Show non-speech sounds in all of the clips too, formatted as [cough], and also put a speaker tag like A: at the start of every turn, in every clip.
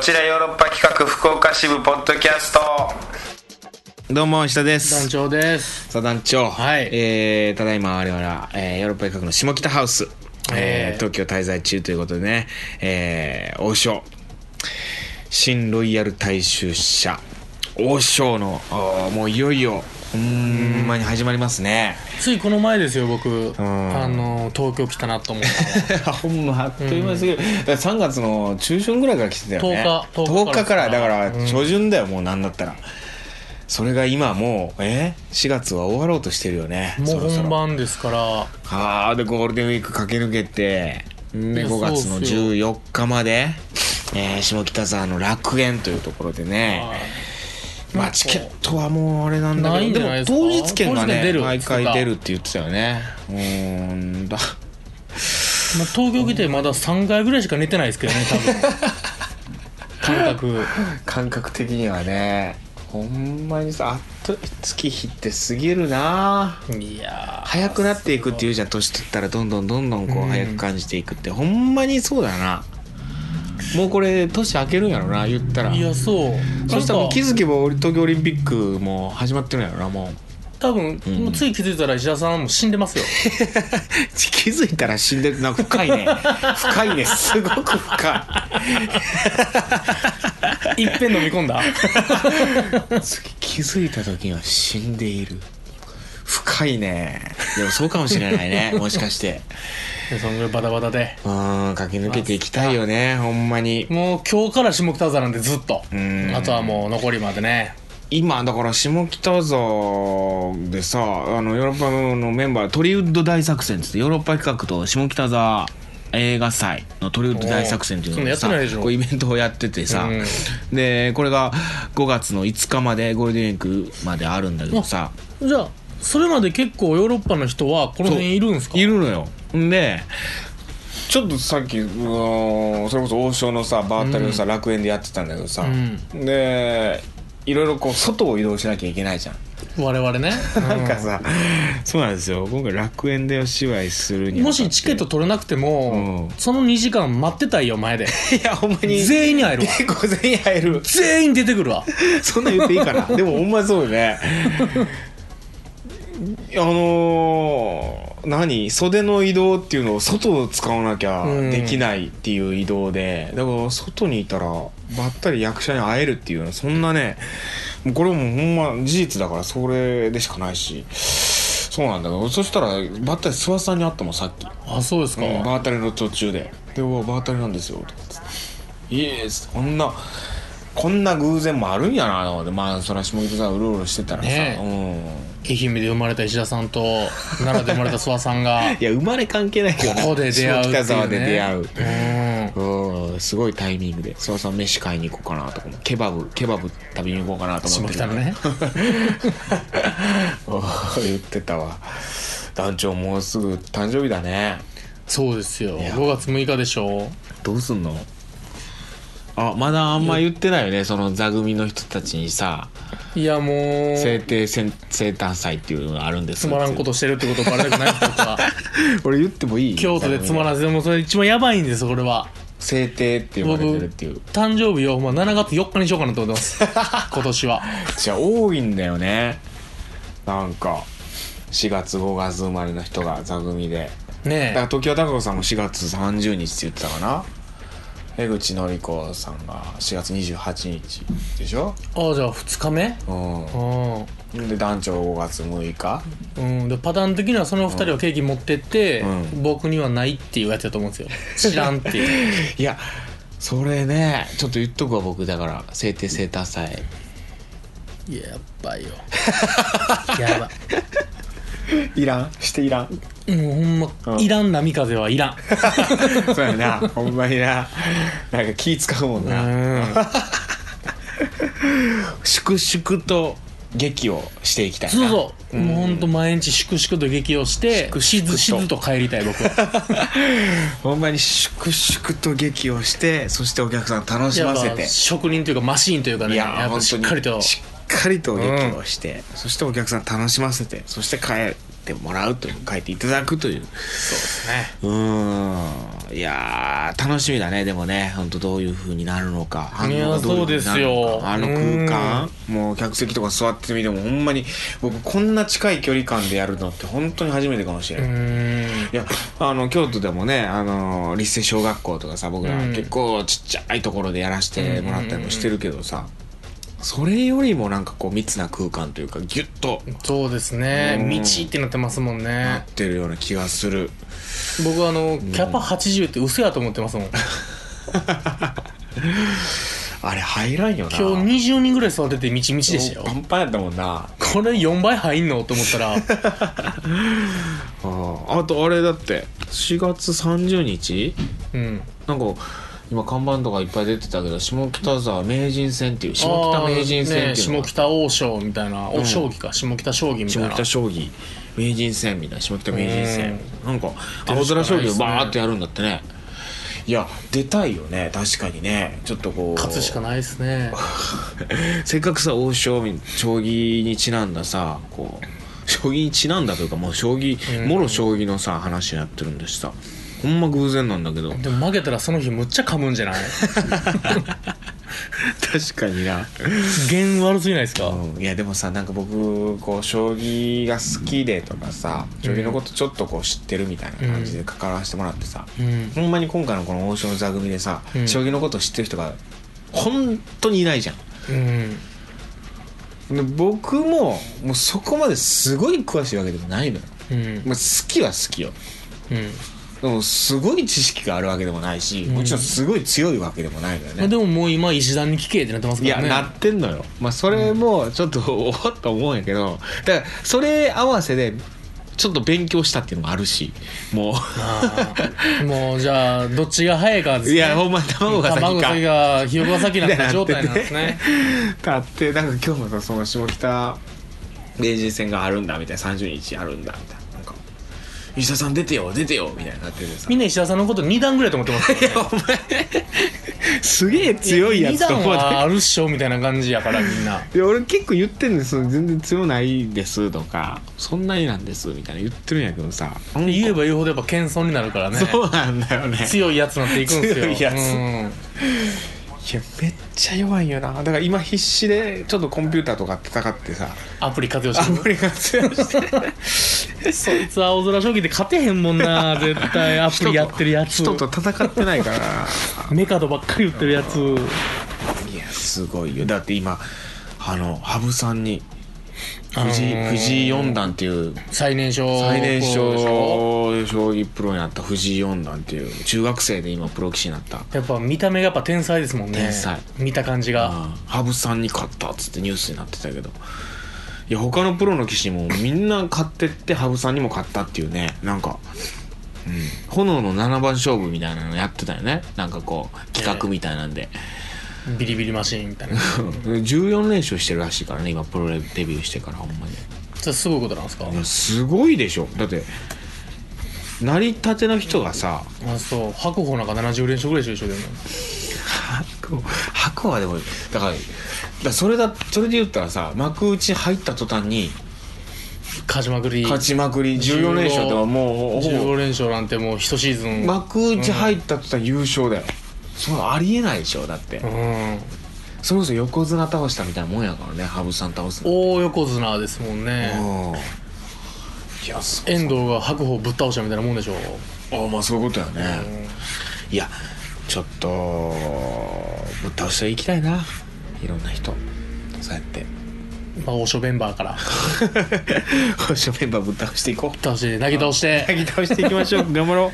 A: ちらヨーロッパ企画福岡支部ポッドキャスト
B: どうも石田で
C: 団
B: す
C: 長です
B: さあ団長、
C: はい
B: えー、ただいま我々は、えー、ヨーロッパ企画の下北ハウス、えー、東京滞在中ということでね、えー、王将新ロイヤル大衆社王将のおーもういよいよほんまに始まりますね
C: ついこの前ですよ僕、あの東京来たなと思ったのは
B: ほんまあっという間すぎる、だから3月の中旬ぐらいから来てたよね
C: 10日
B: 10日から
C: 10日
B: だか
C: か
B: ら
C: ら
B: 初旬だよ、もうなんだったらそれが今もうえ4月は終わろうとしてるよね
C: も
B: [laughs] そうろそろ
C: 本番ですから
B: ああでゴールデンウィーク駆け抜けて
C: い
B: ね
C: や
B: 5月の
C: そうっすよ
B: 14日まで、えー下北沢の楽園というところでねまあチケットはもうあれなんだ
C: ない
B: け
C: ん
B: ど
C: じ
B: で
C: ゃ
B: も
C: ないですか
B: 当日券が
C: 当日券出
B: ね
C: る
B: 毎回出るって言ってたよねうーんだ
C: まあ、東京来てまだ3回ぐらいしか寝てないですけどね
B: [laughs]
C: 多分感覚
B: 感覚的にはねほんまにさあっと月日って過ぎるない
C: や
B: 早くなっていくっていうじゃん年取ったらどんどんどんどんこう
C: うん
B: 早く感じていくって、ほんまにそうだなもうこれ年明けるんやろな言ったら
C: ーいやそう
B: そしたらもう気
C: なんか
B: づけば俺東京オリンピックも始まってるんやろなもう
C: 多分、
B: ん
C: もうつい気づいたら石田さんも死んでま
B: [laughs]
C: すよ
B: 気づいたら死んでるなんか深いね [laughs] 深いねすごく深
C: いっぺん飲み込んだ
B: い次気づいた時には死んでいる深いねでもそうかもしれないねもしかして
C: でそのぐらいバタバタで
B: うーん駆け抜けていきたいよねほんまに
C: もう今日から下北沢なんでずっと
B: ん
C: あとはもう残りまでね
B: 今だから下北沢でさあのヨーロッパのメンバートリウッド大作戦っつってヨーロッパ企画と下北沢映画祭のトリウッド大作戦っていうのがさ
C: おーそんなやってないでしょ
B: こうイベントをやっててさ、
C: う
B: でこれが5月の5日までゴールデンウィークまであるんだけどさ
C: じゃあそれまで結構ヨーロッパの人はこの辺いるんですか
B: いるのよんでちょっとさっきうーんそれこそ王将のさバータリーのさ、楽園でやってたんだけどさ、
C: うん
B: でいろいろこう外を移動しなきゃいけないじゃん
C: 我々ね、
B: なんかさ、そうなんですよ今回楽園でお芝居するに
C: もしチケット取れなくても、その2時間待ってたいよ前
B: [laughs]
C: で
B: いやほんまに
C: 全員に会えるわ
B: [laughs] 結構全員入る
C: 全員出てくるわ
B: [laughs] そんな言っていいかなでもほんまそうよねあのー何袖の移動っていうのを外を使わなきゃ
C: うん
B: できないっていう移動で、だから外にいたらばったり役者に会えるっていうのはそんなねもうこれもほんま事実だからそれでしかないしそうなんだけどそしたらばったり諏訪さんに会ったもんさっき。
C: あそうですか、
B: うん、バータリの途中で「でうわバータリなんですよ」とかつって「いいです」こんなこんな偶然もあるんやなと思ってまあそら下北沢うろうろしてたらさ、
C: ね愛媛で生まれた石田さんと奈良で生まれた諏訪さん
B: [laughs]
C: が
B: うんいや生まれ関係ないけど
C: ここで出会うっていうね
B: 下北沢で出会う
C: うん
B: うんすごいタイミングで諏訪さん飯買いに行こうかなとかもケバブケバブ食べに行こうかなと思
C: 下
B: って
C: 北のね
B: うん [laughs] 言ってたわ団長もうすぐ誕生日だね
C: そうですよ
B: や
C: 5月6日でしょ
B: どうすんのあまだあんま言ってないよねその座組の人たちにさ
C: いやも
B: 制
C: う
B: 定せん生誕祭っていうのがあるんです
C: つまらんことしてるってことバレたくないってこ
B: [laughs]
C: とか
B: 俺言ってもいい
C: 京都でつまらんでもうそれ一番やばいんですよこれは
B: 制定って呼ばれてるっていう
C: 誕生日を、まあ、7月4日にしようかなと思ってま
B: [laughs]
C: す今年は
B: じゃあ多いんだよねなんか4月5月生まれの人が座組でだ
C: ね
B: から時は高子さんも4月30日って言ってたかな江口のり子さんが4月28日でしょ
C: えあじゃあ2日目
B: う
C: うん
B: で団長5月6日
C: ん、うん、でパターン的にはその2人はケーキ持ってって、
B: うん
C: 僕にはないっていうやつだと思うんですよ知らんって [laughs] いう
B: [laughs] いやそれねちょっと言っとくわ僕だから制定生誕祭
C: いややば [laughs] いよやば
B: [laughs] いらんしていらん
C: いもうほんま、
B: うん
C: いらん波風はいらん
B: そうやな、ほんまにな。なんか気使うもん
C: う
B: な。
C: ん
B: 粛々と劇をしていきたいな。
C: そうそう、もうほんと毎日粛々と激をしてしずしずと帰りたい僕は
B: ほんまに粛々と劇をして、そしてお客さん楽し
C: や
B: ま
C: っ
B: せ
C: ぱ
B: て。
C: 職人というかマシーンというかねやっぱしっかりと
B: しっかりと劇をして、そしてお客さん楽しませてそして帰ってもらうという帰っていただくという
C: ですね。
B: うーんいやー楽しみだねでもね本当どういう風になるのか反
C: いや
B: 応がどういう風になるの
C: そうですよ
B: かあの空間もう客席とか座ってみてもほんまに僕こんな近い距離感でやるのって本当に初めてかもしれ
C: う
B: ない、
C: ーん。
B: いやあの京都でもねあの立成小学校とかさ僕ら
C: うん
B: 結構ちっちゃいところでやらせてもらったりもしてるけどさ、それよりもなんかこう密な空間というかギュッと
C: そうですね。
B: うん
C: 道ってなってますもん
B: な
C: ね
B: っ。てるような気がする、
C: 僕はあの、キャパ80って嘘やと思ってますもん。
B: あれ入らんよな
C: 今日20人ぐらい座っててみちみちでしたよ
B: パンパンやったもんな
C: これ4倍入んのと思っ
B: [laughs]
C: たら
B: あああとあれだって4月30日
C: うん
B: なんか今看板とかいっぱい出てたけど下北沢名人戦っていう下北名人戦
C: ね
B: っていうの
C: 下
B: が
C: 北王将みたいな、お将棋か下北将棋みたい
B: 下
C: な
B: 北将棋名人戦みたいな下北名人戦なんか
C: 出る
B: 青
C: しか
B: 空将
C: ないで
B: 棋を
C: すね
B: バーってやるんだってねいや出たいよね確かにねちょっとこう
C: 勝つしかないですね
B: せっかくさ王将将棋にちなんださこう将棋にちなんだというかもう将棋、
C: うん
B: もろ将棋のさ話やってるんでさほんま偶然なんだけど
C: でも負けたらその日むっちゃ噛むんじ
B: [laughs]
C: ゃない
B: 確かにな、
C: 弦悪すぎないですか、
B: うん、いやでもさなんか僕こう将棋が好きでとかさ将棋のことちょっとこう知ってるみたいな感じで関わらせてもらってさ、
C: うん
B: ほんまに今回のこの王将の座組でさ、
C: うん
B: 将棋のこと知ってる人が本当にいないじゃん
C: うん
B: で僕ももうそこまですごい詳しいわけでもないのよ
C: うん
B: まあ、好きは好きよ
C: うん
B: でもすごい知識があるわけでもないし、
C: ん
B: もちろんすごい強いわけでもないのよ
C: まあ、
B: ね
C: でももう今石段に聞けってなってます
B: いや、
C: からね
B: なってんのよまあそれもちょっと [laughs] おおっと思うんやけどだからそれ合わせでちょっと勉強したっていうのもあるしも
C: あーもうじゃあどっちが早いかで
B: う
C: す
B: [laughs] い
C: ね
B: やほんまに卵が先
C: 卵
B: か
C: 先がひよこが先なんて状態なんですね
B: だってなんか今日もさその下北名人戦があるんだみたいな30日あるんだみたいななんか「石田さん出てよ出てよ」みたいになっててさ
C: みんな石田さんのこと2段ぐらいと思ってます
B: いや [laughs] お前すげえ強いやつと思っ
C: 2段
B: て
C: はあるっしょみたいな感じやからみんな
B: いや俺結構言ってんです全然強ないですとかそんなになんですみたいな言ってるんやけどさ
C: 言えば言うほどやっぱ謙遜になるからね
B: [laughs] そうなんだよね
C: 強いやつになっていくんですよ
B: 強いやつ
C: うん
B: いやめっちゃ弱いよなだから今必死でちょっとコンピューターとか戦って [laughs] さ
C: アプリ活用
B: ア
C: して
B: プリ活用して
C: るそいつ青空将棋で勝てへんもん [laughs] な絶対アプリやってるやつ
B: 人と戦ってないから
C: メカドばっかり売ってるやつ
B: いやすごいよだって今あの羽生さんに藤井
C: あのー
B: 藤井四段っていう
C: 最年少
B: 最年
C: 頃でしょ
B: 少将棋プロになった藤井四段っていう中学生で今プロ棋士になった
C: やっぱ見た目がやっぱ天才ですもんね
B: 天才
C: 見た感じが
B: あ羽生さんに勝ったっつってニュースになってたけどいや他のプロの棋士もみんな勝ってって羽生さんにも勝ったっていうねなんか、うん、炎の7番勝負みたいなのやってたよねなんかこう企画みたいなんで、
C: ビリビリマシーンみたい [laughs] な
B: 14連勝してるらしいからね今プロデビューしてからほんまにい
C: それすごいことなんですか
B: やすごいでしょだって成り立ての人がさ
C: あそう白鵬なんか70連勝ぐらいしてるでしょでも
B: 白白はでもだからだからそれだそれで言ったらさ幕内入った途端に
C: 勝ちまくり
B: 勝ちまくり14連勝ってのはもうほぼ
C: 15連勝なんてもう一シーズン、
B: 幕内入ったって言ったら優勝だよ、そんなありえないでしょだって、
C: うん
B: それこそ横綱倒したみたいなもんやからね羽生さん倒すの
C: 大横綱ですもんね
B: うんいやそう
C: 遠藤が白鵬ぶっ倒したみたいなもんでしょ
B: ああまあそういうことやね、いやちょっとぶっ倒していきたいないろんな人そうや [laughs] って
C: まあ王将メンバーから
B: 保証メンバーぶっ倒していこう
C: 倒して投げ倒して
B: 泣き倒していきましょう頑張ろ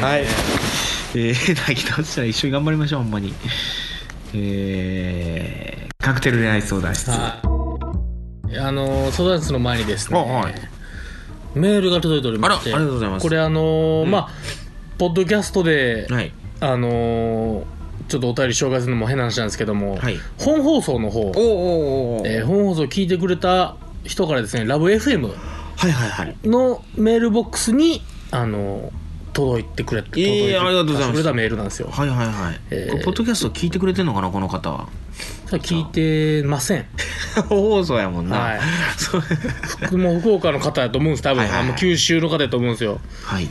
B: うはい、えー、泣き倒したら一緒に頑張りましょうほんまにえー、カクテル恋愛相談室
C: はいあの相談室の前にですね、
B: あはい
C: メールが届いておりまして
B: あらありがとうございます
C: これあのーまあポッドキャストで、
B: はい
C: あのーちょっとお便り紹介するのも変な話なんですけども、
B: はい
C: 本放送の方
B: お、おおお
C: えー本放送聞いてくれた人からですねラブ f m
B: はいはいはい
C: のメールボックスにあの届いてくれて、
B: えー
C: 届て
B: ありがとうございます
C: くれたメールなんですよ。
B: はいはいはい、
C: えー
B: これポッドキャスト聞いてくれてんのかなこの方 [laughs] は
C: それ聞いてません。
B: 放送やもんな、
C: はい
B: そう
C: もう福岡の方やと思うんです、多分。
B: はいはいはい
C: あの九州の方やと思うんですよ。
B: はい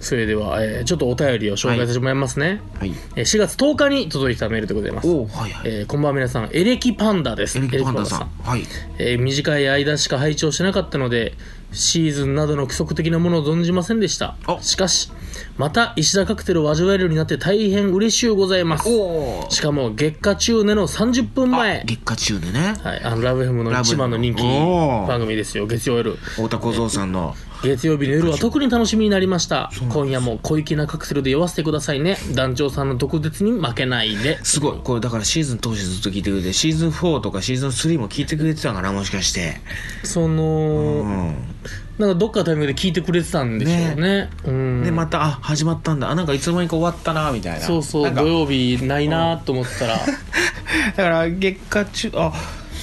C: それでは、えーちょっとお便りを紹介させてもらいますね。
B: はい
C: えー4月10日に届いたメールでございます。
B: おおはいはい、
C: えーこんばんは皆さん、エレキパンダです。
B: エレキパンダさんはい
C: えー短い間しか拝聴してなかったのでシーズンなどの規則的なものを存じませんでした
B: あ
C: しかしまた石田カクテルを味わえるようになって大変嬉しゅうございます
B: お
C: しかも月下中年の30分前
B: 月下中でね
C: はい、あのラブ f ムの一番の人気
B: ラブ FM おー
C: 番組ですよ月曜夜
B: 太田小僧さんの
C: 月曜日の夜は特に楽しみになりました
B: うなんです
C: 今夜も小粋なカクテルで酔わせてくださいね団長さんの毒舌に負けないです
B: ごいこれだからシーズン当時ずっと聞いてくれてシーズン4とかシーズン3も聞いてくれてたんかなもしかして
C: その、
B: う
C: なんかどっかのタイミングで聞いてくれてたんでしょうねうん
B: んでまたあ始まったんだあなんかいつの間にか終わったなみたいな
C: そうそ
B: な
C: うん
B: か
C: 土曜日ないなと思ったら、
B: だから月下中あ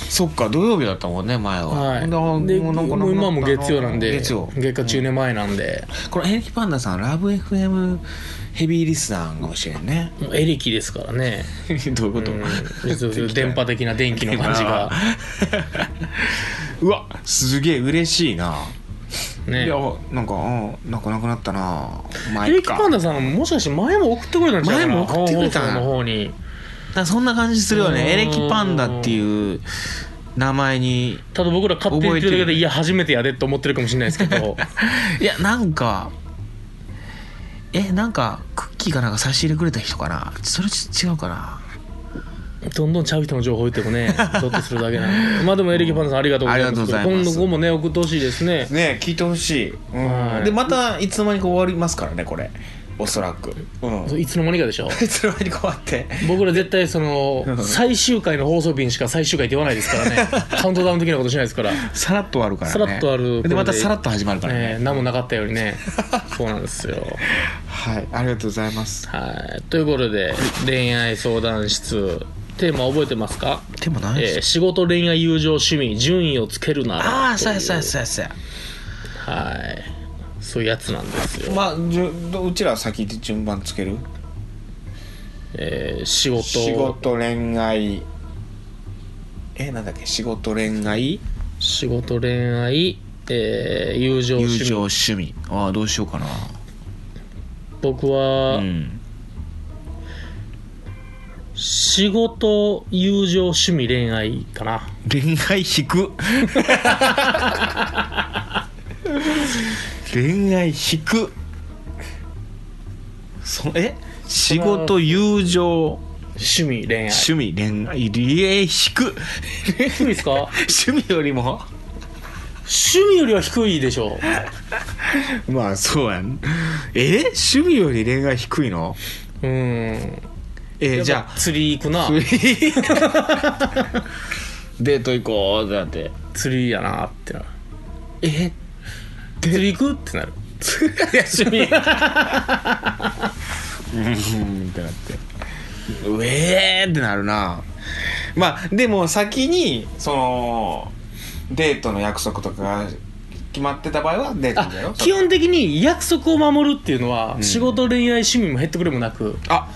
B: そっか土曜日だったもんね前は、
C: [laughs] はい、
B: であ
C: で
B: もうなんかな
C: もう
B: くな
C: 今
B: った
C: も月曜なんで
B: 月曜
C: 下中年前なんで、
B: このエレキパンダさんラブ FM ヘビーリスナーかもしれんね
C: もうエレキですからね、
B: [laughs] どういうこ
C: う
B: と、
C: ん、そうそう電波的な電気の感じが
B: うわすげえ嬉しいな、[laughs]
C: ね
B: いやなんかうんなんかなくなったな前
C: エレキ
B: か
C: パンダさんもしかして前も送ってくれたんじゃないかな
B: 前も送ってくれた
C: 本放送の方に
B: だからそんな感じするよねエ
C: うん
B: レキパンダっていう名前に
C: ただ僕ら勝手に言ってるだけ
B: 覚えてる
C: でいや初めてやでって思ってるかもしれないですけ
B: [laughs]
C: ど
B: [laughs] いやなんかえなんかクッキーかなんか差し入れくれた人かなそれち違うかな
C: どんどんちゃう人の情報言ってもねゾッとするだけなん
B: [laughs]
C: でまあでもエレキパンダさんありがとうございます
B: ありがとうございます
C: 今度後もね送ってほしいですね
B: ね聞いてほしい、
C: はい
B: でまたいつの間にか終わりますからねこれおそらく、うん、
C: いつの間にかでしょ
B: いつの間にか終わって
C: 僕ら絶対その
B: [laughs]
C: 最終回の放送日にしか最終回って言わないですからねカウントダウン的なことしないですから、
B: さらっと終わるからね
C: さらっと終わるこれで
B: でまたさらっと始まるからね、
C: えー何もなかったようにねそうなんですよ
B: はいありがとうございます
C: はいということで恋愛相談室テーマ覚えてますか、
B: でも何
C: えー仕事恋愛友情趣味順位をつけるなら
B: ああ
C: と
B: そ
C: いう
B: やそうやそうやそうや
C: はいそういうやつなんですよ、
B: まあじゅどうちらは先で順番つける
C: えー仕事
B: 仕事恋愛えなんだっけ仕事恋愛
C: 仕事恋愛、えー友情趣味
B: 趣味ああどうしようかな
C: 僕は、
B: ん
C: 仕事友情趣味恋愛かな
B: 恋愛引 [laughs] く恋愛引くそえ仕事友情
C: 趣味恋愛
B: 趣味恋愛恋愛引く
C: 低いですか
B: 趣味よりも
C: 趣味よりは低いでしょ
B: まあそうやんえ趣味より恋愛低いの
C: ううん
B: えじ
C: やっ
B: ゃ
C: ぱ釣り行くな
B: あデート行こうってなって
C: 釣りやなって
B: [laughs]
C: な
B: え
C: 釣り行くってなるいや趣
B: [laughs]
C: 味
B: うんってなってうえーってなるなまあでも先にそのデートの約束とかが決まってた場合はデートだよ
C: あ基本的に約束を守るっていうのは、仕事恋愛趣味も減ってくれもなく
B: あ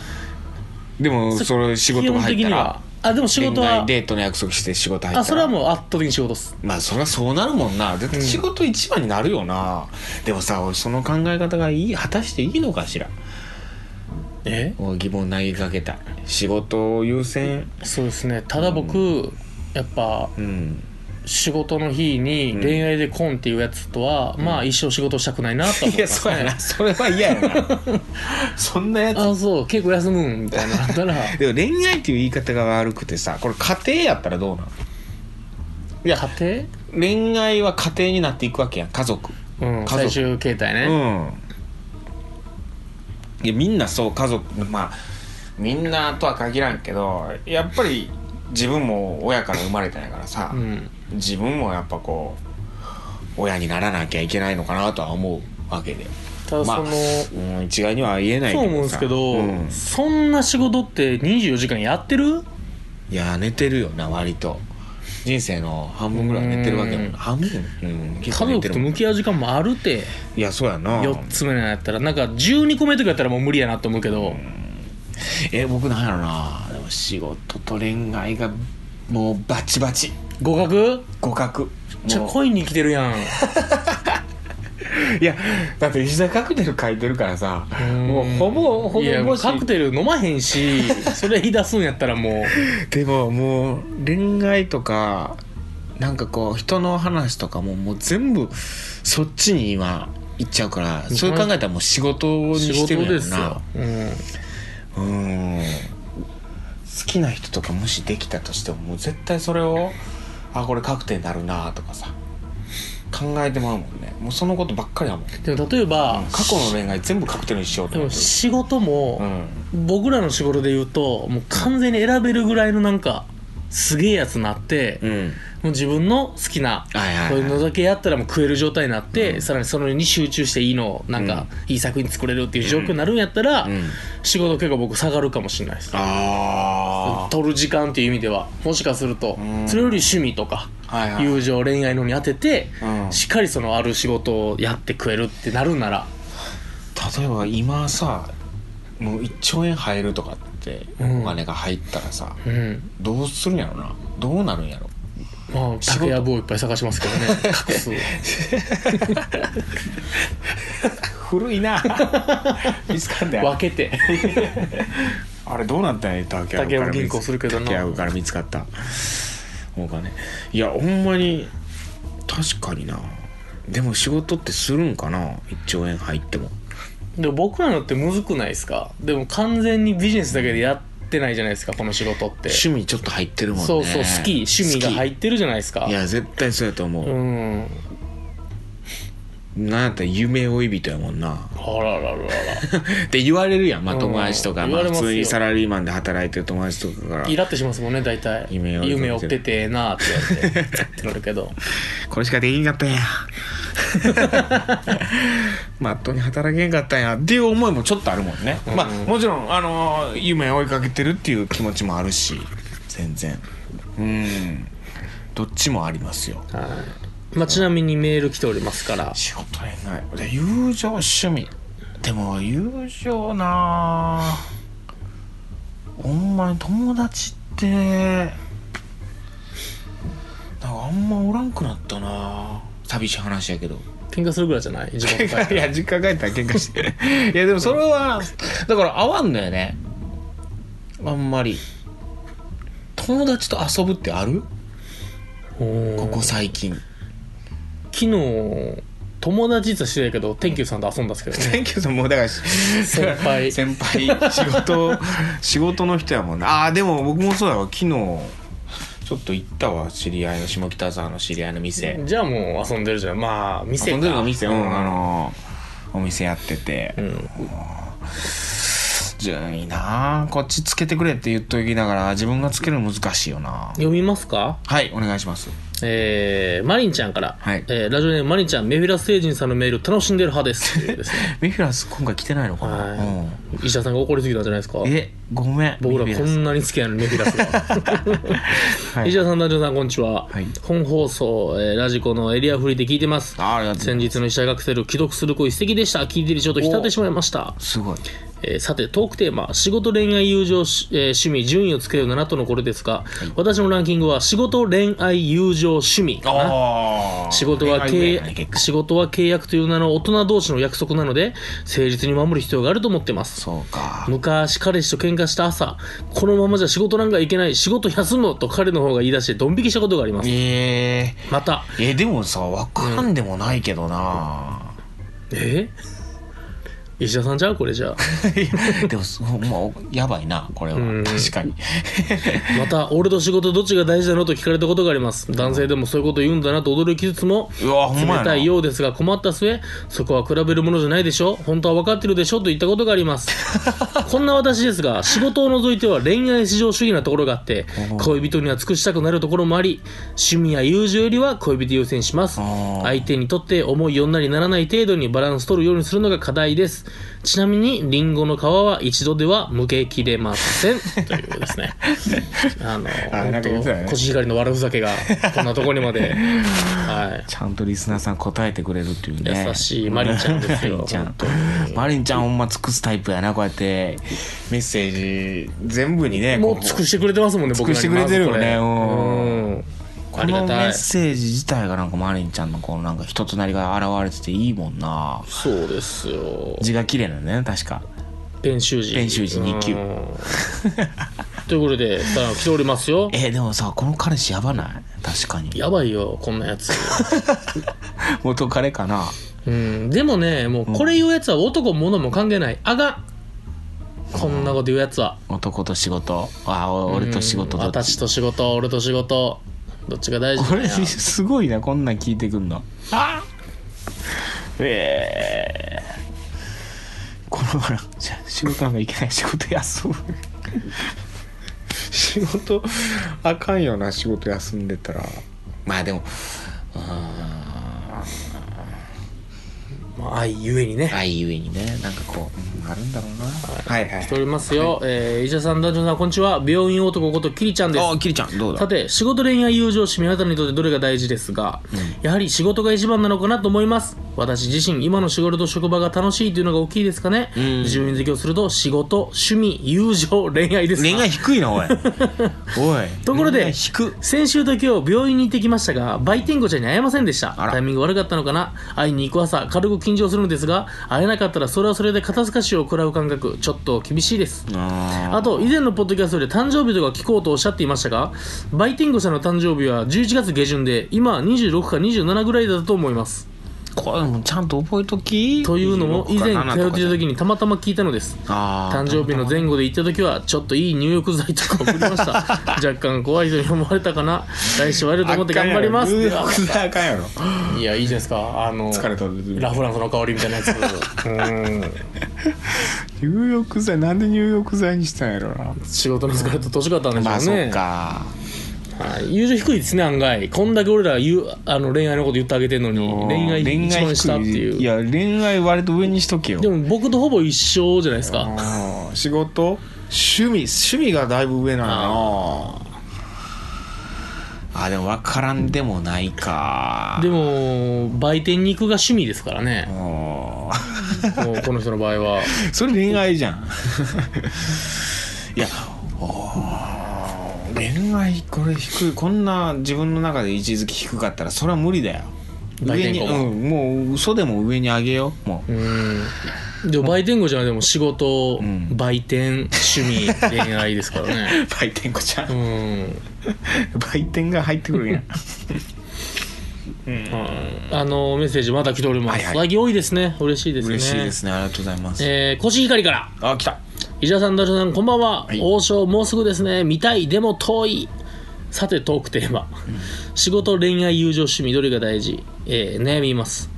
B: でもそれ仕事が入ったら
C: あでも仕事
B: 恋
C: は
B: 愛デートの約束して仕事入ったら
C: あそれはもう圧倒的に仕事っす
B: まあそりゃそうなるもんな絶対仕事一番になるよな、でもさ俺その考え方がいい果たしていいのかしら
C: え
B: お疑問投げかけたい仕事を優先
C: そうですねただ僕、やっぱ
B: うん
C: 仕事の日に恋愛でコンっていうやつとは、まあ一生仕事したくないなとは思
B: [laughs] い
C: いま
B: や
C: す
B: そう
C: ね
B: やなそれは嫌やな [laughs] そんなやつ
C: あそう結構休むんみたいなのあったら
B: でも恋愛って [laughs] いう言い方が悪くてさこれ家庭やったらどうなんいや
C: 家
B: 恋愛は家庭になっていくわけやん家族
C: 庭、うん、
B: 家族
C: 最終形態
B: う
C: ね、
B: んいやみんなそう家族まあみんなとは限らんけどやっぱり自分も親から生まれたんやからさ、
C: うん
B: 自分もやっぱこう親にならなきゃいけないのかなとは思うわけで、
C: ただその、
B: まうん、一概には言えない
C: そう
B: け
C: 思うん
B: ど
C: で
B: さ
C: すけど、
B: うん
C: そんな仕事って24時間やってる
B: いや寝てるよな割と人生の半分ぐらいは寝てるわけやもん
C: うん
B: な半分、うん、結
C: 家
B: 構寝て
C: 族
B: る
C: と
B: もんな
C: 向き合う時間もあるて
B: いやそうやな
C: 4つ目のやったらなんか12個目とかやったらもう無理やなと思うけど
B: え僕なんやろなでも仕事と恋愛がもうバチバチ
C: 合格
B: 互角
C: めっちゃ
B: もう
C: 恋に生きてるやん
B: いやだって石田カクテル書いてるからさ
C: ん
B: もうほぼ [laughs] ほ
C: いや
B: ぼ
C: も
B: も
C: う
B: し
C: カクテル飲まへ
B: [laughs]
C: んしそれ言い出すんやったらも
B: でももう恋愛とかなんかこう人の話とかももう全部そっちに今行っちゃうからそう考えたらもう仕事に
C: う仕
B: してる
C: 事
B: んやろな
C: ですよ、うん、
B: うん好きな人とかもしできたとしてももう絶対それをあこれ確定になるなとかさ考えてもらうもんねもうそのことばっかりやもん過
C: でも例えば
B: 去の恋愛全部確定にしようと
C: で
B: 思っ
C: も
B: て
C: 仕事も、
B: るうん
C: 僕らの仕事で言うともう完全に選べるぐらいのなんかすげえやつになって、も
B: うん
C: う自分の好きな、
B: はいはいはい
C: こういうのだけやったらもう食える状態になって、さらにそれに集中していいのをなんか、いい作品作れるっていう状況になるんやったら、
B: うん
C: 仕事結構僕下がるかもしれないです
B: あ
C: 取る時間っていう意味ではもしかすると、
B: うん
C: それより趣味とか、
B: あはいはい
C: 友情恋愛のに当てて、
B: うん
C: しっかりそのある仕事をやって食えるってなるんなら、
B: 例えば今さもう1兆円入るとかって
C: うん
B: お金が入ったらさ、
C: うん
B: どうするんやろなどうなるんやろ
C: まあ、竹やぶをいっぱい探します
B: [laughs]
C: けどね隠す
B: 古いな [laughs] 見つかんだよ
C: 分けて
B: あれどうなったんや竹
C: 竹やぶ銀行するけどな
B: 竹やぶから見つかったお金いやほんまに確かになでも仕事ってするんかな1兆円入っても
C: でも僕らのってむずくないですかでも完全にビジネスだけでやってないじゃないですかこの仕事って
B: 趣味ちょっと入ってるもんね
C: そうそう好き趣味が入
B: っ
C: ってるじゃないですか
B: いや絶対そうやと思
C: う
B: う、
C: ん
B: なんやったら夢追い人やもんな
C: あらららら
B: って言われるやん、まあ、
C: うん
B: 友達とか、
C: 言
B: ま
C: わ
B: あ、
C: れ
B: 普
C: ますよ
B: 通にサラリーマンで働いてる友達とかから
C: イラってしますもんね大体
B: 夢を追いかけて
C: 夢追っててええなって言われてってなるけど
B: これしかできんか
C: [laughs]
B: ったんやまっとうに働けんかったんやっていう思いもちょっとあるもんね、まあもちろん、あのー夢追いかけてるっていう気持ちもあるし全然うんどっちもありますよ
C: まあちなみにメール来ておりますから
B: 仕事恋愛で友情趣味でも友情なあほんまに友達ってなんかあんまおらんくなったなあ寂しい話やけど
C: 喧嘩するぐらいじゃない地元帰
B: [laughs]
C: っ
B: い
C: た
B: [laughs]
C: ら
B: や実家帰ったら喧嘩して [laughs] いやでもそれはだから合わんのよねあんまり友達と遊ぶってある
C: うん
B: ここ最近
C: 昨日友達と知り合いけど天球さんと遊んだんですけどね
B: 天気さんもうだから先 [laughs]
C: 輩
B: 先輩仕事仕事の人やもんなあーでも僕もそうだわ昨日ちょっと行ったわ知り合いの下北沢の知り合いの店
C: じゃあもう遊んでるじゃんまあ店か
B: 遊んでるの店うん、
C: うん
B: あのお店やってて、
C: うん
B: じゃあいいなあこっちつけてくれって言っときながら自分がつけるの難しいよな
C: 読みますか
B: はいお願いします
C: えー、マリンちゃんから、
B: はい
C: えーラジオネームマリンちゃんメフィラス星人さんのメール楽しんでる派ですっていう
B: [laughs]
C: ですね
B: ミフィラス今回来てないのかな、
C: は石田さんが怒りすぎたんじゃないですか
B: うんえごめん
C: 僕
B: ミ
C: ら
B: フ
C: こ
B: ィラス
C: んなに好きなのにメフィラスが
B: はい
C: 石田さん男女さんこんにちは、
B: はい
C: 本放送、えーラジコのエリアフリーで聞いてます
B: あーありがとうござい
C: 先
B: ます
C: 日の石田カクテル既読する恋素敵でした聞いてるちょっと浸ってしまいました
B: すごい
C: えーさてトークテーマ仕事恋愛友情、しえー趣味順位をつけようならとのこれですが、私のランキングは仕事恋愛友情趣味かな
B: ああ
C: 仕事は契
B: 結
C: 約
B: 構
C: 仕事は契約という名の大人同士の約束なので誠実に守る必要があると思ってます
B: そうか
C: 昔彼氏と喧嘩した朝このままじゃ仕事なんかいけない仕事休むと彼の方が言い出してドン引きしたことがあります
B: えー
C: また
B: えでもさ分からんでもないけどな、
C: え石田さんじゃうこれじゃあ
B: でもそうもうやばいなこれは、
C: ん
B: 確かに
C: また俺と仕事どっちが大事なのと聞かれたことがあります男性でもそういうこと言うんだなと驚きつつも
B: うわほんまや
C: 冷
B: な
C: たいようですが困った末そこは比べるものじゃないでしょ本当は分かってるでしょと言ったことがあります
B: [laughs]
C: こんな私ですが仕事を除いては恋愛至上主義なところがあって恋人には尽くしたくなるところもあり趣味や友情よりは恋人優先します
B: あー
C: 相手にとって重い女にならない程度にバランス取るようにするのが課題ですです。ちなみに、リンゴの皮は一度では剥けきれま
B: [laughs]
C: せん。ということですね。あの、
B: なんか言ってたよ
C: 本
B: ね
C: 当コシヒカリの悪ふざけが、こんなとこに
B: [laughs]
C: まで。は
B: ちゃんとリスナーさん答えてくれるっていうね
C: い。優しいマリンちゃんで
B: マ
C: す
B: リ
C: よ
B: ン。ちゃん
C: 本当に
B: マリンちゃんほんま尽くすタイプやなこうやってメッセージ全部にね
C: も
B: こ
C: う尽くしてくれてますもんね、僕らに
B: 尽くしてくれてるよね
C: まずこれうん。あ
B: こ
C: り
B: の
C: が
B: メ
C: た
B: ッ
C: い。
B: セージ自体がなんかマリンちゃんのこうなんか人となりが現れてていいもんな
C: そうですよ。
B: 字が綺麗なんだよね確か
C: 練習時。
B: 練習時二級
C: うん。 [laughs] ということで、さあ来ておりますよ。
B: えでもさこの彼氏やばない確かに
C: やばいよ、こんなやつ。
B: 元彼かな
C: うん、でもね、もうこれ言うやつは男ものも関係ない。あがん。こんなこと言うやつは。
B: 男と仕事あお俺と仕事
C: うん
B: どっち
C: 私と仕事、俺と仕事。どっちが大事
B: こ
C: なん
B: れ
C: や
B: すごいなこんなん聞いてくんのあええこのほらじゃあ仕事なんか行けない仕事休む仕事あかんよな仕事休んでたらまあでもうーん
C: まあ愛ゆえにね。
B: 愛ゆえにねなんかこううんあるんだろうなはいは
C: 来ておりますよ。えー、医者さん、男女さん、こんにちは。病院男ことキリちゃんです
B: あ。あキリちゃんどうだ
C: さて仕事恋愛友情史皆さんにとってどれが大事ですが、やはり仕事が一番なのかなと思います私自身今の仕事と職場が楽しいというのが大きいですかね、
B: ん
C: 自分勉強すると仕事趣味友情恋愛ですか
B: 年が低いなお [laughs] いおい
C: ところで
B: 年が低
C: 先週だけを病院に行ってきましたが売店子ちゃんに会えませんでした
B: ら
C: タイミング悪かったのかな会いに行く朝軽く緊張するのですが会えなかったらそれはそれで肩透かしを食らう感覚ちょっと厳しいです
B: あー
C: あと以前のポッドキャストで誕生日とか聞こうとおっしゃっていましたが売店子さんの誕生日は11月下旬で今26か27ぐらいだと思います
B: これもちゃんと覚えとき
C: というのも以
B: 26
C: 前
B: か
C: 通
B: 7
C: っていた
B: とかじ
C: 時にたまたま聞いたのです
B: ゃんあー
C: 誕生日の前後で行った時はちょっといい入浴剤とか送りました
B: [laughs]
C: 若干怖い人に思われたかな来週会えると思って頑張ります
B: あかんやろ入浴剤あかんやろ
C: いやいいじゃないですかあの
B: 疲れた時
C: ラフランスの香りみたいなやつうん
B: 入浴剤なんで入浴剤にしたんやろな
C: 仕事の疲れと年があったんでしょうね、
B: まあそっか
C: はい友情低いですね案外こんだけ俺ら言うあの恋愛のこと言ってあげてんのに恋愛
B: 恋
C: 一
B: 愛
C: 番下って
B: 低い
C: いう
B: や恋愛割と上にしとけよ
C: でも僕とほぼ一緒じゃないですか
B: あー仕事趣味趣味がだいぶ上なのかなあーでも分からんでもないか
C: でも売店に行くが趣味ですからね
B: も
C: もうこの人の場合は
B: それ恋愛じゃんいやおー恋愛これ低いこんな自分の中で位置づき低かったらそれは無理だよ
C: 大
B: 上
C: 転
B: に、
C: 向
B: うん、もう嘘でも上にあげようもう
C: うんでも売店後じゃないでも仕事、
B: ん
C: 売店趣味恋愛ですからね
B: 売店子ちゃん
C: うんうん
B: 売店が入ってくる
C: [laughs]
B: やん
C: あのメッセージまだ来ております、
B: はいはい
C: 最近多いですね嬉しいですね
B: 嬉しいですねありがとうございます、
C: えー、コシヒカリから
B: あ来た
C: 伊沢さん、ダルさん、こんばんは、
B: はい
C: 王将、もうすぐですね。見たい、でも遠い。さて、トークテーマ。仕事、恋愛、友情、趣味、どれが大事、えー悩みます。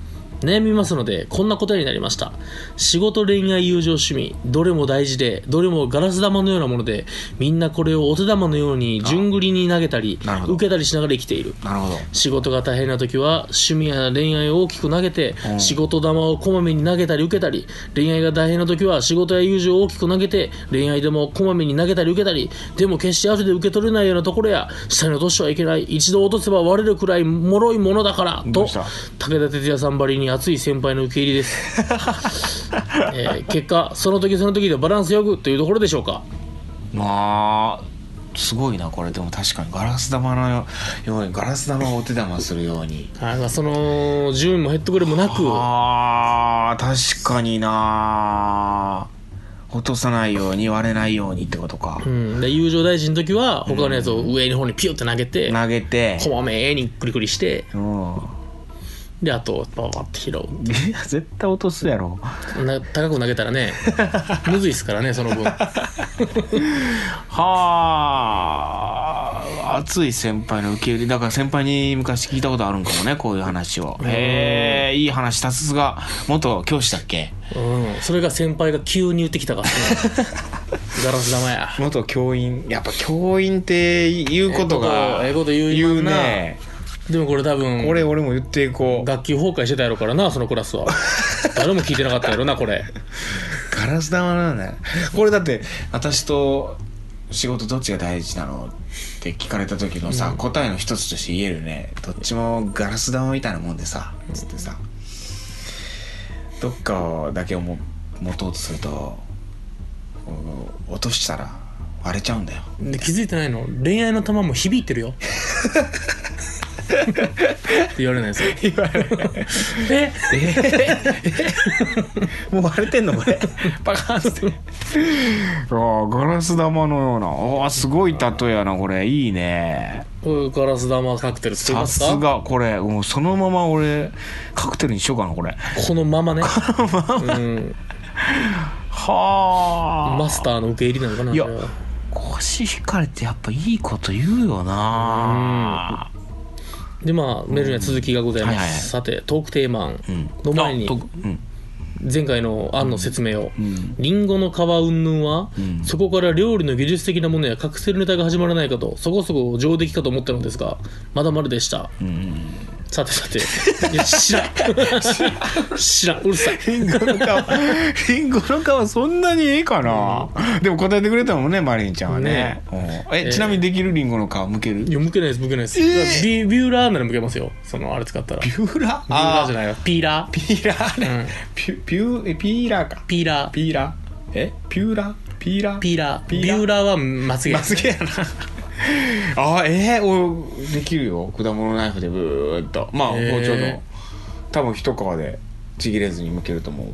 C: 悩みますので、こんな答えになりました。仕事、恋愛、友情、趣味、どれも大事で、どれもガラス玉のようなもので、みんなこれをお手玉のように、順繰りに投げたり
B: なるほ、ど
C: 受けたりしながら生きている。
B: なるほど
C: 仕事が大変な時は趣味や恋愛を大きく投げて仕事球をこまめに投げたり受けたり恋愛が大変な時は仕事や友情を大きく投げて恋愛でもこまめに投げたり受けたりでも決して後で受け取れないようなところや下に落としてはいけない一度落とせば割れるくらい脆いものだから
B: ど
C: と
B: うした
C: 武田鉄矢さんばりに熱い先輩の受け入れです [laughs] えー結果その時その時でバランスよくというところでしょうか
B: まあすごいなこれでも確かにガラス玉のようにガラス玉をお手玉するように
C: なんかその順位もヘッドグレもなく
B: あー確かにな落とさないように割れないようにってことか、
C: うん、で友情大事の時は他のやつを上の方にピュって投げて、
B: 投げて
C: こまめにクリクリして
B: うん
C: であとパパって拾う
B: いや絶対落とすやろ
C: な高く投げた
B: [laughs]
C: らねむずいっすからねその分
B: はあ熱い先輩の受け入れだから先輩に昔聞いたことあるんかもねこういう話をへえいい話さすが元教師だっけ
C: うんそれが先輩が急に言ってき
B: [laughs]
C: たからねガラス玉や
B: 元教員やっぱ教員って言うことが
C: ええことええこと言う今な
B: ね
C: でもこれ多分
B: これ俺も言っていこう
C: 学級崩壊してたやろからなそのクラスは
B: [laughs]
C: 誰も聞いてなかったやろなこれ
B: ガラス玉なんだよこれだって私と仕事どっちが大事なのって聞かれた時のさ、答えの一つとして言えるねどっちもガラス玉みたいなもんでさつってさどっかだけをも持とうとするとお落としたら割れちゃうんだよ
C: で気づいてないの恋愛の玉も響いて
B: [laughs]
C: るよって言われないですよ
B: 言われる
C: え
B: [laughs] もう割れてんのこ [laughs] れ
C: [laughs]
B: パカンってガラス玉のようなおーすごい例えやなこれいいね
C: こういうガラス玉カクテル作り
B: さ
C: ま
B: す
C: すか
B: がこれもうそのまま俺カクテルにしようかなこれ
C: このまま
B: [laughs]
C: ねうん、
B: はあ
C: マスターの受け入れなのかない
B: や
C: これは
B: コシヒカリってやっぱいいこと言うよな
C: でまあメールには続きがございます、
B: うんはいはいはい
C: さてトークテーマン
B: うん
C: の前に
B: あとうん
C: 前回の案の説明を、
B: うん
C: リンゴの皮云々は、
B: ん
C: そこから料理の技術的なものやカクテルネタが始まらないかとそこそこ上出来かと思ったのですがまだまだでした、さてさていや
B: [laughs]
C: 知らん知らんうるさい
B: リンゴの皮リンゴの皮そんなにいいかな、でも答えてくれたもんねマリンちゃんはねうんえちなみにできるリンゴの皮むける、
C: いや向けないです向けないです、ビビューラーなら向けますよそのあれ使ったらビュー
B: ピューラー
C: ラーじゃ
B: ない
C: ないわピーラー
B: ピーラーね、
C: うん
B: ピュピューえピーラーか
C: ピーラー
B: ピーラーえピューラーピーラー
C: ピーラー
B: ピ
C: ビ
B: ーラー
C: ューラーはまつげ
B: まあすげえやな [laughs] あえー、おできるよ果物ナイフでブーっとまあ包
C: へー
B: 丁の多分一皮でちぎれずにむけると思うわ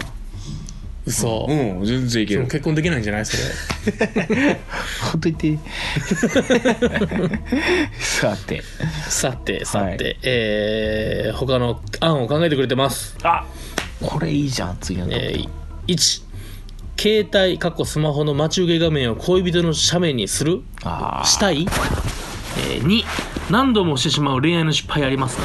C: 嘘、
B: うん全然いけ
C: で
B: る
C: も結婚できないんじゃないそれ
B: ほっといて [laughs] さて
C: [laughs] さてさて、
B: はい
C: えー、他の案を考えてくれてます、
B: あこれいいじゃん次のト
C: え
B: ップ
C: ー、1携帯かっこスマホの待ち受け画面を恋人の斜面にする
B: あー
C: したい、えー、2何度もしてしまう恋愛の失敗ありますか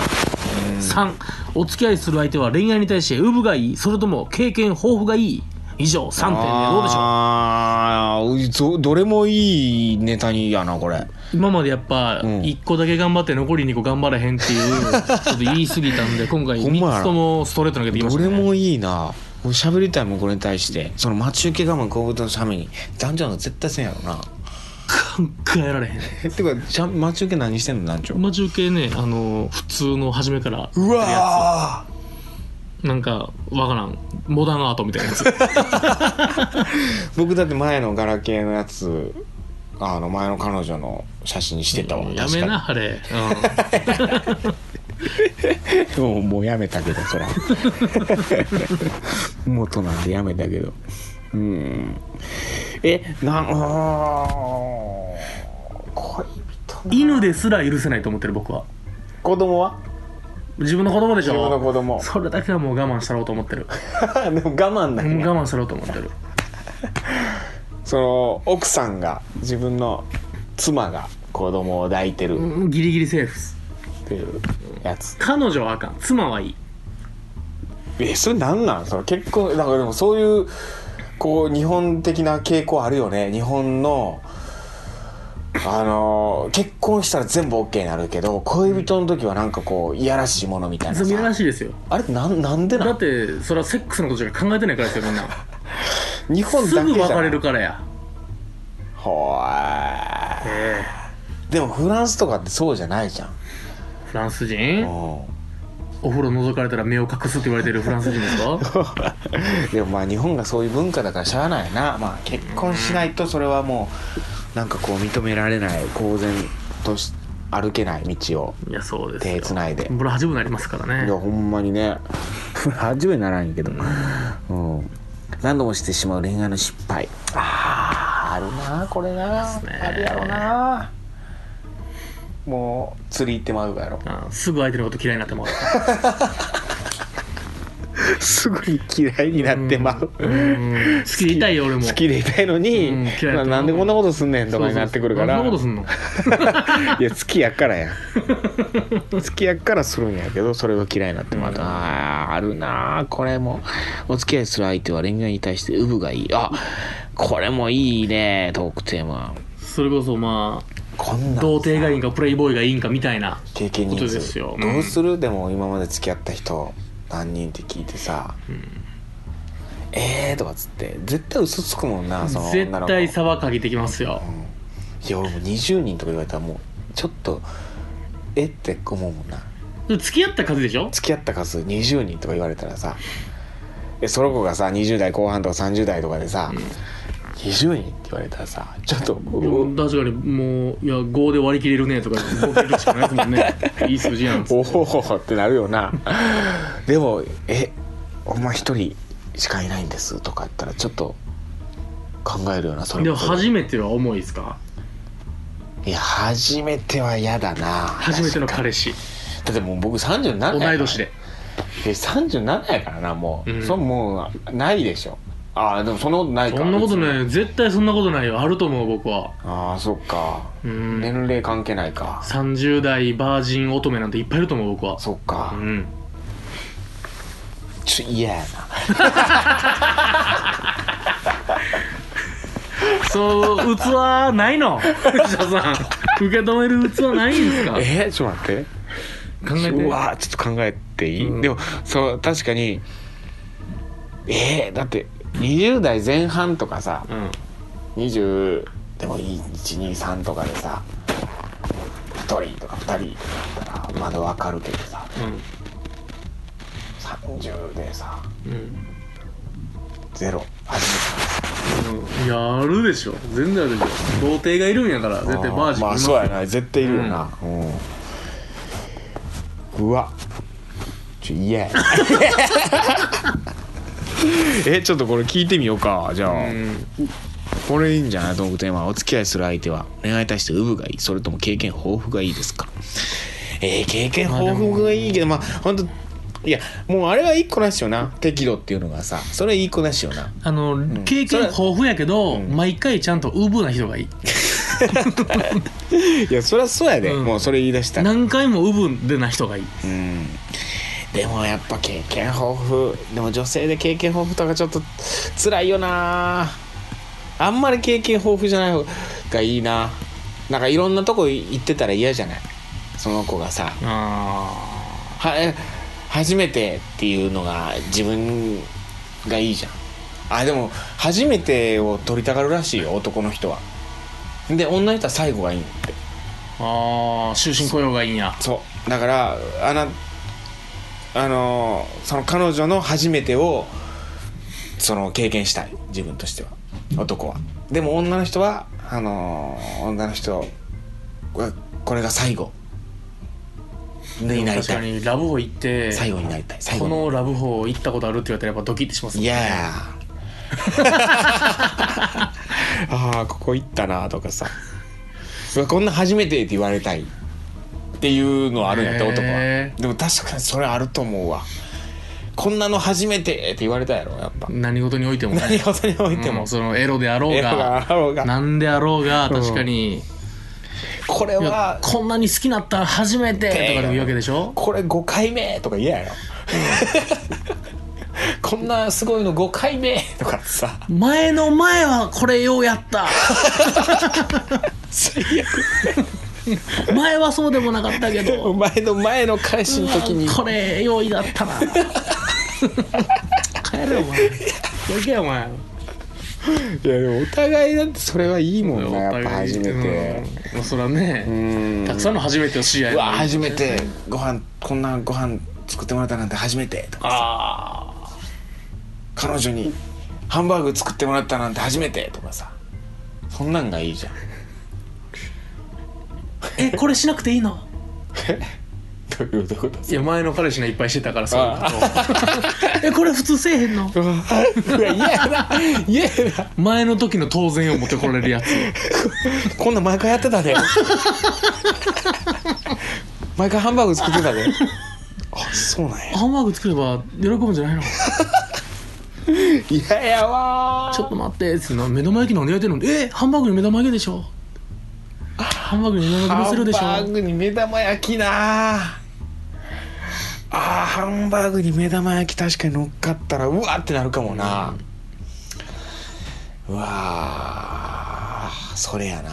C: 3お付き合いする相手は恋愛に対してウブがいいそれとも経験豊富がいい以上3点でどうでしょう
B: あーぞどれもいいネタにやなこれ
C: 今までやっぱ
B: ん
C: 1個だけ頑張って残り2個頑張らへんっていうちょっと言い過ぎたんで今回
B: [laughs] ほんまや
C: 3つともストレート投げてきまし
B: ど
C: た、ね、
B: れもいいな俺喋りたいもんこれに対してその待ち受け我慢好物のために男女の絶対せんやろな
C: 考えられへん
B: えてかちゃん待ち受け何してんの団長
C: 待ち受けねあの普通の初めから
B: うわ
C: なんかわからんモダンアートみたい
B: [laughs]
C: なやつ
B: ー僕だって前のガラケーのやつあの前の彼女の写真にしてたわ
C: やめなあれ、
B: 確かに [laughs] もうもうやめたけどそら元なんでやめたけどうんえなあー恋人
C: うん、犬ですら許せないと思ってる僕は
B: 子供は
C: 自分の子供でしょ
B: 自分 [laughs] の子供
C: それだけはもう我慢したろうと思ってる
B: でも我慢だ
C: も
B: け
C: う
B: ど
C: 我慢したろうと思ってる
B: その奥さんが自分の妻が子供を抱いてるっ
C: うんギリギリセーフっす
B: ていうやつ
C: 彼女はあかん妻はいい
B: えそれなんなんその結婚なんかでもそういうこう日本的な傾向あるよね日本のあのー結婚したら全部 OK になるけど恋人の時はなんかこういやらしいものみたいな
C: そういやら
B: さ
C: しいですよ
B: あれなんなんで
C: だ
B: な
C: っ
B: ん
C: てそれはセックスのことしか考えてないからですよみんな
B: 日本
C: す
B: だけ
C: ぐ
B: じゃない
C: 別れるからや
B: ほー
C: え
B: でもフランスとかってそうじゃないじゃん
C: えフランス人
B: うん
C: お風呂覗かれたら目を隠すって言われてるフランス人ですか
B: [laughs] でもまあ日本がそういう文化だからしゃあないな、まあ、結婚しないとそれはもうなんかこう認められない公然とし歩けない道を
C: いやそうですよ
B: 手つないで
C: これ初めてなりますから
B: いや
C: ね
B: ほんまにね初めならんけど、うん、何度もしてしまう恋愛の失敗あーあるなこれな
C: ね
B: あるやろなもう釣り行ってまうやろ
C: あすぐ相手のこと嫌いになってもら
B: [laughs] すぐに嫌いになってま [laughs] う、
C: ううん好きでいたいよ俺も
B: 好きでいたいのに、
C: うん嫌いだと思う
B: まあなんでこんなことすんねんとかになってくるから
C: そうそうそうそんなこと
B: いや好きやからや [laughs] 好きやからするんやけどそれが嫌いになってまた、あーあるなあこれもお付き合いする相手は恋愛に対してウブがいいあこれもいいねトークテーマ
C: すんのそれこそまあ
B: こんなん
C: 童貞がいいんかプレイボーイがいいんかみたいな
B: 経験
C: こ
B: 人
C: と
B: 数
C: ですようん
B: どうするでも今まで付き合った人何人って聞いてさ「えー」とかっつって絶対嘘つくもんなその
C: 絶
B: 女の子
C: 対差はかけてきますよ
B: いや俺も20人とか言われたらもうちょっとえって思うもんな
C: 付き合った数でしょ
B: 付き合った数20人とか言われたらさえその子がさ20代後半とか30代とかでさ、20人って言われたらさちょっと
C: 確かにもういや5で割り切れるねとかボケるしかないですもんねいい数字なんで
B: [laughs]
C: す
B: おおってなるよなでも「えお前一人しかいないんです」とか言ったらちょっと考えるよなそれ
C: でも
B: こそ
C: 初めては重いですか
B: いや初めては嫌だな
C: 初めての
B: 確か
C: 彼氏
B: にだってもう僕37やから
C: 同い年で
B: え37やからなもう、
C: うん
B: そんもうないでしょああでもそんなことないか
C: そんなことない絶対そんなことないよあると思う僕は
B: ああそっか、
C: うん
B: 年齢関係ないか
C: 30代バージン乙女なんていっぱいいると思う僕は
B: そっか、
C: うん
B: ちょ嫌やな
C: そう器ないの藤田さん受け止める器ないんですか
B: えー、ちょっと待って
C: 考えて
B: うわちょっと考えていい、
C: うん
B: でもそう確かにえー、だって20代前半とかさ
C: うん
B: 20でもいい123とかでさ1人とか2人だったらまだわかるけどさ30でさ
C: うんうん
B: ゼロ初めて
C: うんいやあるでしょ全然あるでしょ童貞がいるんやから絶対バージンい
B: ま
C: ま
B: あ
C: す
B: そ
C: よ
B: うやな絶対いるよな、うんうわちょ嫌や [laughs] えちょっとこれ聞いてみようかじゃあ、
C: うん
B: これいいんじゃないトークテーマお付き合いする相手は恋愛に対してウブがいいそれとも経験豊富がいいですかえー、経験豊富がいいけどまあ本当いやもうあれはいい子なしよな適度っていうのがさそれはいい子なしよな
C: あの、経験豊富やけど、毎回ちゃんとウブな人がいい
B: いやそりゃそうやで、
C: うん
B: もうそれ言い出したら
C: 何回もウブでな人がいい
B: うんでもやっぱ経験豊富でも女性で経験豊富とかちょっと辛いよなあんまり経験豊富じゃない方がいいななんかいろんなとこ行ってたら嫌じゃないその子がさ
C: あ
B: はえ初めてっていうのが自分がいいじゃんあでも初めてを取りたがるらしいよ男の人はで女の人は最後がいいんだって
C: あ終身雇用がいいんや
B: そうだからあのあのその彼女の初めてをその経験したい自分としては男はでも女の人はあの女の人はこれが最後になり
C: 確
B: た
C: か
B: い
C: にラブホ行って
B: 最後になりたい最後
C: こ
B: に
C: のラブホ行ったことあるって言われたらやっぱドキッてします
B: いや [laughs] ああここ行ったなとかさうわこんな初めてって言われたいっていうのはあるんやって
C: へー
B: 男はでも確かにそれあると思うわこんなの初めてって言われたやろやっぱ
C: 何事においてもね
B: 何事において
C: う
B: も
C: んそのエロであろう
B: エロが
C: が
B: あろうが
C: 何であろうが確かに、
B: これ
C: いや
B: は
C: こんなに好きになった初めてとかでも言うわけでしょ
B: これ5回目とか嫌やろ [laughs] こんなすごいの5回目とかさ
C: [laughs] 前の前はこれようやった
B: [laughs] 最悪
C: 前はそうでもなかったけど
B: お前の前の彼氏の時に
C: うわこれ用意だっ
B: [laughs]
C: たな帰れよお前どけよお
B: [laughs]
C: 前
B: いやでもお互いだってそれはいいもんなや
C: お
B: っぱ
C: 互い
B: 初めて
C: うんまあそれはね、
B: うん
C: たくさんの初めてを知り合いう
B: わ初めてご飯こんなご飯作ってもらったなんて初めてとか
C: あ
B: 彼女にハンバーグ作ってもらったなんて初めてとかさそんなんがいいじゃん
C: あえこれしなくていいの
B: どういうこと
C: いや前の彼氏がいっぱいしてたからそういうこと [laughs] えこれ普通せえへんの
B: うわいや嫌やな嫌やな
C: 前の時の当然を持ってこれる [laughs] やつ
B: こんなん毎回やって [laughs] たね毎回ハンバーグ作ってたねあそうなんや
C: ハンバーグ作れば喜ぶんじゃないの
B: 嫌やわー
C: ちょっと待ってっつってな目玉焼き何焼いてるのえハンバーグに目玉焼きでしょハンバーグに目玉焼き乗せるでしょ
B: ハンバーグに目玉焼きなああーハンバーグに目玉焼き確かに乗っかったらうわーってなるかもな、うわーそれやな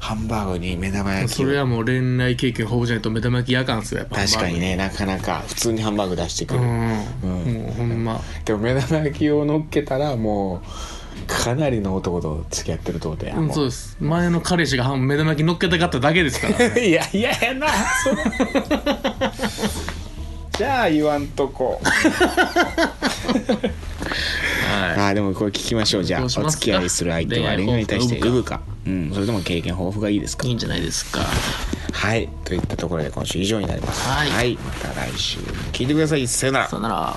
B: ハンバーグに目玉焼き
C: そ
B: を
C: れはもう恋愛経験豊富じゃないと目玉焼きやかんっすよ、やっぱ。
B: 確かにねなかなか普通にハンバーグ出してく
C: う
B: る、
C: ん。もうほんま。
B: でも目玉焼きを乗っけたらもうかなりの男と付き合ってると思って、
C: うん、そうです。前の彼氏が半目玉焼き乗っけたかっただけですか
B: [laughs]
C: ら。
B: いやいややなそう
C: [laughs]
B: じゃあ言わんとこ [laughs]
C: はい。
B: ああでもこれ聞きましょうじゃあ
C: ど
B: お
C: うしますか
B: 付き合いする相手は恋愛
C: 恋愛
B: に
C: に
B: 対
C: 対
B: し
C: してて
B: うぶかうんそれとも経験豊富がいいですか
C: いいんじゃないですか。
B: はいといったところで今週以上になります
C: はい
B: また来週聞いてくださいさよなら
C: さよなら。